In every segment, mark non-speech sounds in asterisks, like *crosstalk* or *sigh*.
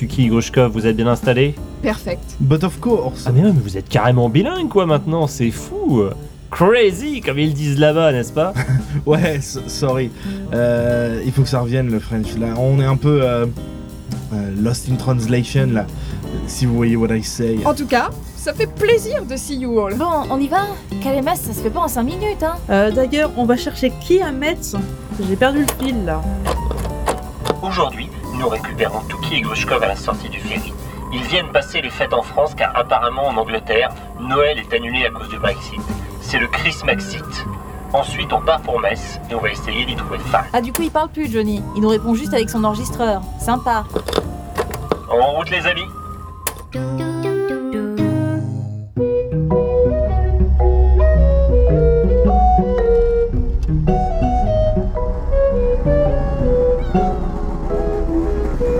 Yuki Grushkov, vous êtes bien installé Perfect. But of course. Ah mais ouais, mais vous êtes carrément bilingue quoi maintenant, c'est fou Crazy comme ils disent là-bas, n'est-ce pas Ouais, so- sorry. Euh, il faut que ça revienne le French. Là, on est un peu euh, euh, lost in translation là. Si vous voyez what I say. En tout cas, ça fait plaisir de see you all. Bon, on y va Kalemas, ça se fait pas en 5 minutes, hein Euh, D'ailleurs, on va chercher qui à mettre J'ai perdu le fil là. Aujourd'hui, nous récupérons Tuki et Grushkov à la sortie du ferry. Ils viennent passer les fêtes en France car apparemment en Angleterre, Noël est annulé à cause du Brexit. C'est le Chris Maxit. Ensuite, on part pour Metz et on va essayer d'y trouver Fan. Ah, du coup, il parle plus, Johnny. Il nous répond juste avec son enregistreur. Sympa. En route les amis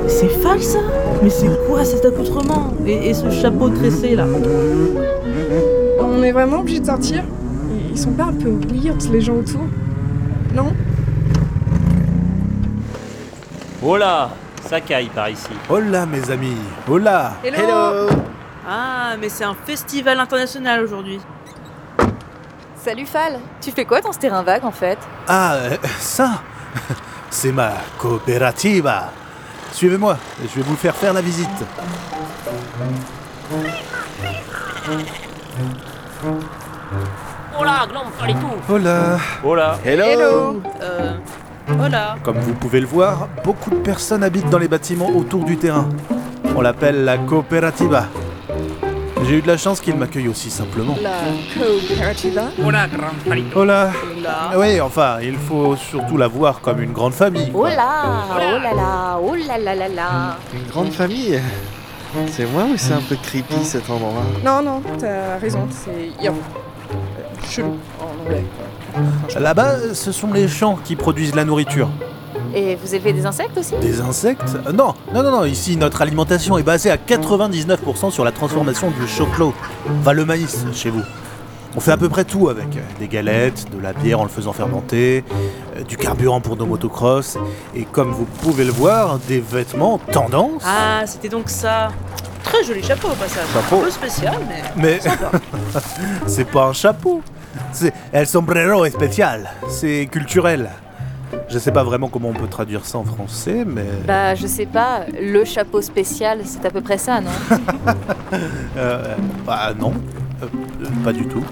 C'est fal ça Mais c'est quoi cet accoutrement et, et ce chapeau tressé là On est vraiment obligé de sortir Ils sont pas un peu weird les gens autour Non Oh là Ça caille par ici. Hola mes amis, hola Hello, Ah, mais c'est un festival international aujourd'hui. Salut, Fal. Tu fais quoi dans ce terrain vague, en fait Ah, euh, ça *laughs* C'est ma coopérativa Suivez-moi, je vais vous faire faire la visite. Hola, Oh là Hello, Euh. Voilà. Comme vous pouvez le voir, beaucoup de personnes habitent dans les bâtiments autour du terrain. On l'appelle la coopérativa. J'ai eu de la chance qu'ils m'accueillent aussi simplement. La cooperativa Hola Là. Oui, enfin, il faut surtout la voir comme une grande famille. Oh quoi. là Oh là là Oh là là là là Une grande famille C'est moi ou c'est un peu creepy cet endroit Non, non, t'as raison, c'est irre. Euh, Chelou en anglais. Là-bas, ce sont les champs qui produisent la nourriture. Et vous élevez des insectes aussi Des insectes Euh, Non, non, non, non, ici notre alimentation est basée à 99% sur la transformation du choclo. Enfin, le maïs, chez vous. On fait à peu près tout avec euh, des galettes, de la bière en le faisant fermenter, euh, du carburant pour nos motocross, et comme vous pouvez le voir, des vêtements tendance. Ah, c'était donc ça. Très joli chapeau au passage. Chapeau. Un peu spécial, mais. Mais *laughs* c'est pas un chapeau, c'est El sombrero spécial, c'est culturel. Je sais pas vraiment comment on peut traduire ça en français, mais. Bah, je sais pas. Le chapeau spécial, c'est à peu près ça, non Euh, bah non, Euh, euh, pas du tout.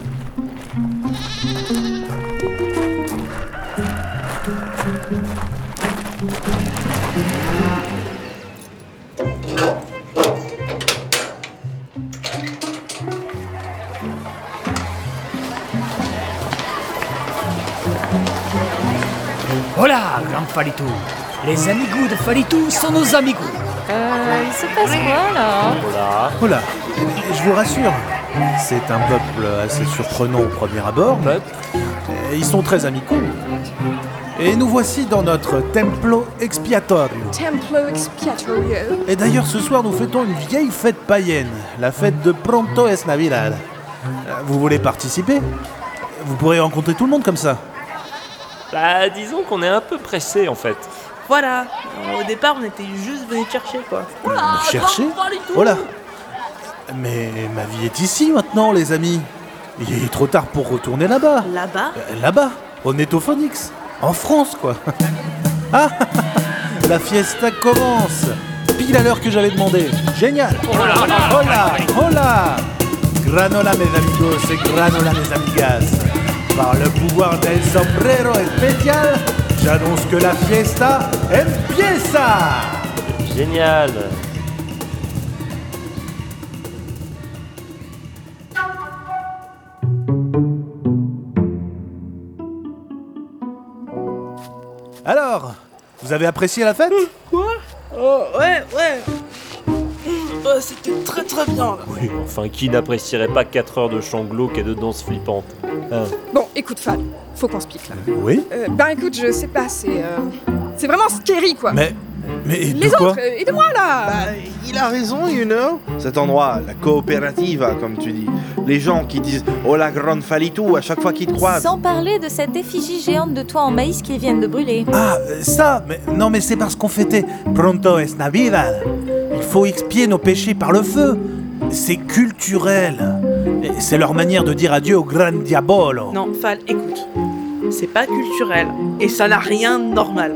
Hola, grand Falitou Les amigos de Falitou sont nos amigos Euh, il se passe quoi, là Oh là Voilà, je vous rassure, c'est un peuple assez surprenant au premier abord, mais euh, ils sont très amicaux. Et nous voici dans notre Templo Expiatorio. Templo Expiatorio. Et d'ailleurs, ce soir, nous fêtons une vieille fête païenne, la fête de Pronto es Navidad. Euh, Vous voulez participer Vous pourrez rencontrer tout le monde comme ça. Bah disons qu'on est un peu pressé en fait. Voilà. Au départ, on était juste venus te chercher quoi. Me chercher Voilà. Mais ma vie est ici maintenant, les amis. Il est trop tard pour retourner là-bas. Là-bas Euh, Là-bas, au Netophonix, en France quoi. *laughs* Ah, *laughs* la fiesta commence, pile à l'heure que j'avais demandé. Génial. Hola, hola, hola. Granola mes amigos et granola mes amigas. Par le pouvoir del sombrero especial, j'annonce que la fiesta empieza. Génial Alors, vous avez apprécié la fête Oh, ouais, ouais. Mmh, oh, c'était très très bien là. Oui, enfin qui n'apprécierait pas 4 heures de chant glauque et de danse flippante Hein. Bon, écoute, Fal, faut qu'on se pique là. Oui. Euh, ben écoute, je sais pas, c'est. euh, C'est vraiment scary quoi. Mais, mais de Les quoi autres, euh, aide-moi là Bah, il a raison, you know. Cet endroit, la coopérative, comme tu dis. Les gens qui disent Oh la grande falitou à chaque fois qu'ils te croisent. Sans parler de cette effigie géante de toi en maïs qui viennent de brûler. Ah, euh, ça, mais, non mais c'est parce qu'on fêtait Pronto es Navidad. Il faut expier nos péchés par le feu. C'est culturel. Et C'est leur manière de dire adieu au Gran Diabolo. Non, Fal, écoute. C'est pas culturel et ça n'a rien de normal.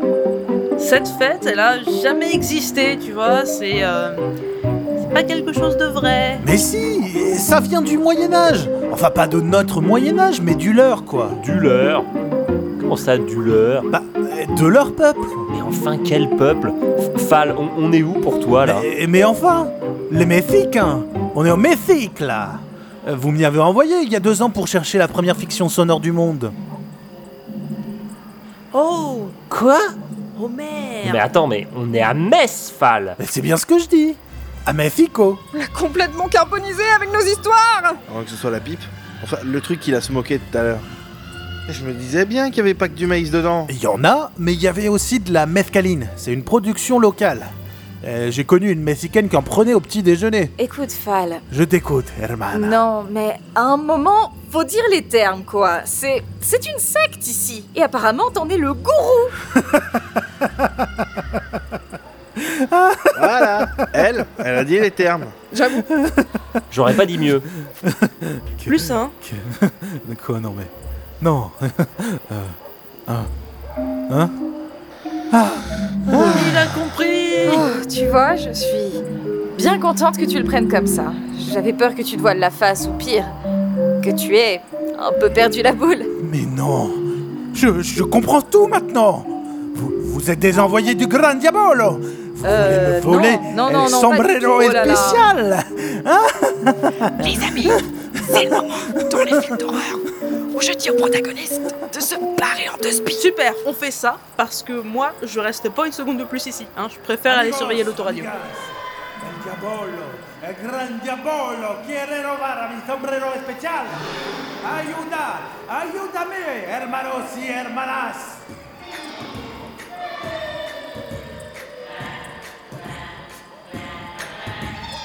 Cette fête, elle a jamais existé, tu vois. C'est euh, c'est pas quelque chose de vrai. Mais si, ça vient du Moyen Âge. Enfin, pas de notre Moyen Âge, mais du leur, quoi. Du leur Comment ça, du leur Bah, euh, de leur peuple. Mais enfin, quel peuple F- Fal, on, on est où pour toi, là Mais, mais enfin, les Méfiques, hein. on est au Méfique là. Euh, Vous m'y avez envoyé il y a deux ans pour chercher la première fiction sonore du monde. Oh, Quoi oh merde. Mais attends, mais on est à Metz, Fal C'est bien ce que je dis. À Méfico. On l'a complètement carbonisé avec nos histoires Avant que ce soit la pipe. Enfin, le truc qu'il a se moqué tout à l'heure. Je me disais bien qu'il n'y avait pas que du maïs *laughs* dedans. Il y en a, mais il y avait aussi de la mescaline. C'est une production locale. Euh, J'ai connu une mexicaine qui en prenait au petit déjeuner. Écoute, Fal. Je t'écoute, Herman. Non, mais à un moment, faut dire les termes, quoi. C'est, c'est une secte ici. Et apparemment, t'en es le gourou. Voilà, elle, elle a dit les termes. J'avoue, J'aurais pas dit mieux. Plus un. De Quoi, non, mais. Non. Euh, hein. Hein Ah. Il a compris. Oh, tu vois, je suis bien contente que tu le prennes comme ça. J'avais peur que tu te voiles la face, ou pire, que tu aies un peu perdu la boule. Mais non Je, je comprends tout maintenant vous, vous êtes des envoyés du Grand Diabolo Vous Euh, voulez me voler non, non, non, non, pas le du tout, sombrero oh là là. spécial Les amis, c'est le moment, dans les films d'horreur, où je dis aux protagonistes de se barrer en deux spies. Super, on fait ça parce que moi, je reste pas une seconde de plus ici. hein. Je préfère aller surveiller l'autoradio. Diabolo, el gran diabolo quiere robar a mi sombrero especial. Ayuda, ayúdame, hermanos y hermanas.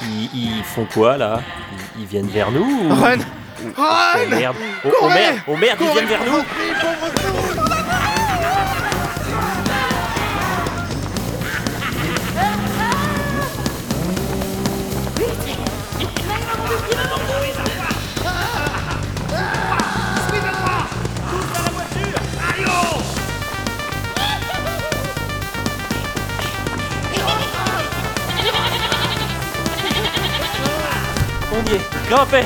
Ils, ils font quoi, là ils, ils viennent vers nous ou- Run Oh Run merde Oh, oh Courez merde Oh merde, ils viennent vers nous On y est Grimpez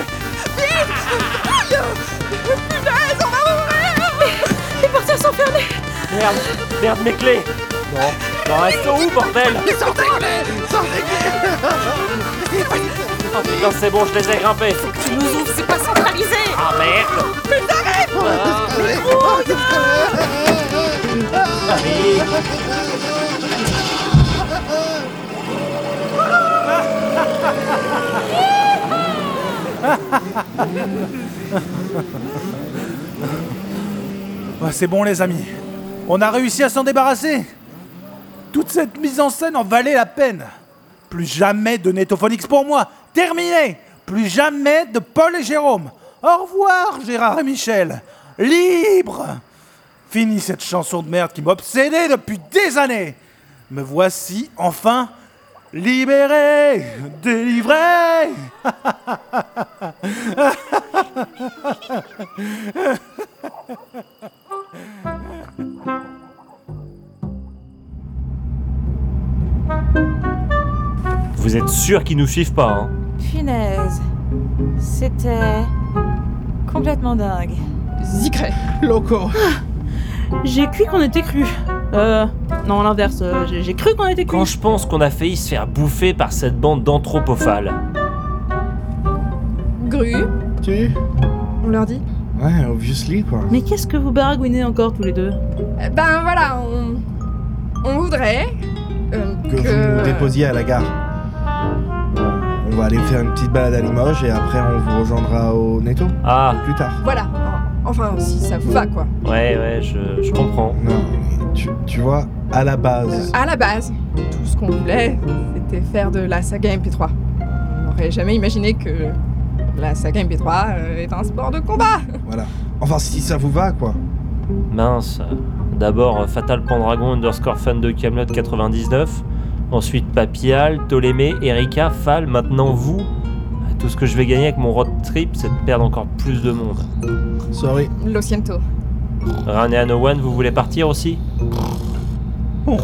Les porteurs sont fermés. Merde Merde, mes clés Non Non, elles sont où, bordel Oh putain, c'est bon, je les ai grimpées Tu nous ouvres, c'est pas centralisé. Ah merde Ouais, c'est bon les amis, on a réussi à s'en débarrasser. Toute cette mise en scène en valait la peine. Plus jamais de Netophonix pour moi. Terminé. Plus jamais de Paul et Jérôme. Au revoir Gérard et Michel. Libre. Fini cette chanson de merde qui m'obsédait depuis des années. Me voici enfin libéré, délivré. Vous êtes sûr qu'ils nous suivent pas, hein Punaise. C'était complètement dingue. Zicré. Loco J'ai cru qu'on était cru. Euh, non, l'inverse. euh, J'ai j'ai cru qu'on était cru. Quand je pense qu'on a failli se faire bouffer par cette bande d'anthropophages. Grue, Tu on leur dit. Ouais, obviously, quoi. Mais qu'est-ce que vous baragouinez encore tous les deux Euh, Ben voilà, on, on voudrait euh, Que, vous nous déposiez à la gare. Bon, on va aller faire une petite balade à Limoges et après on vous rejoindra au Netto. Ah, Plus tard. Voilà, enfin si ça vous va quoi. ouais, ouais, je, je comprends. Non, mais tu, tu vois, à la Euh, base. à la base, tout ce qu'on voulait, c'était faire de la saga MP3. On n'aurait jamais imaginé que la saga MP3 euh, est un sport de combat. Voilà. Enfin, si ça vous va, quoi. Mince. D'abord, euh, Fatal Pendragon underscore fan de Camelot 99. ensuite Papial, Ptolémée, Erika, Fall, maintenant vous. Euh, Tout ce que je vais gagner avec mon road trip, c'est de perdre encore plus de monde. Sorry. Lo siento. Ran et Hanowan, vous voulez partir aussi Oh,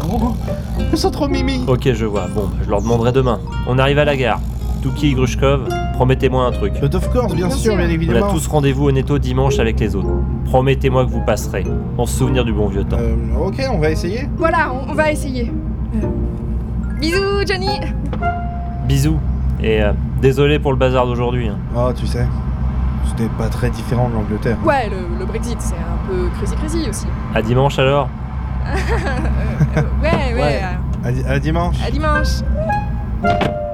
ils sont trop mimi. Ok, je vois. Bon, bah, je leur demanderai demain. On arrive à la gare. Tuki et Grushkov, promettez-moi un truc. But of course, bien Bien sûr, sûr. bien On a évidemment. tous rendez-vous au netto dimanche avec les autres. Promettez-moi que vous passerez. En souvenir du bon vieux temps. Euh, ok, on va essayer. Voilà, on, on va essayer. Euh, Bisous, Johnny Bisous. Et euh, désolé pour le bazar d'aujourd'hui. hein. Oh, tu sais, c'était pas très différent de l'Angleterre. Ouais, le, le Brexit, c'est un peu crazy-crazy aussi. À dimanche alors Euh, ouais, ouais, Ouais. À, di- à dimanche. à dimanche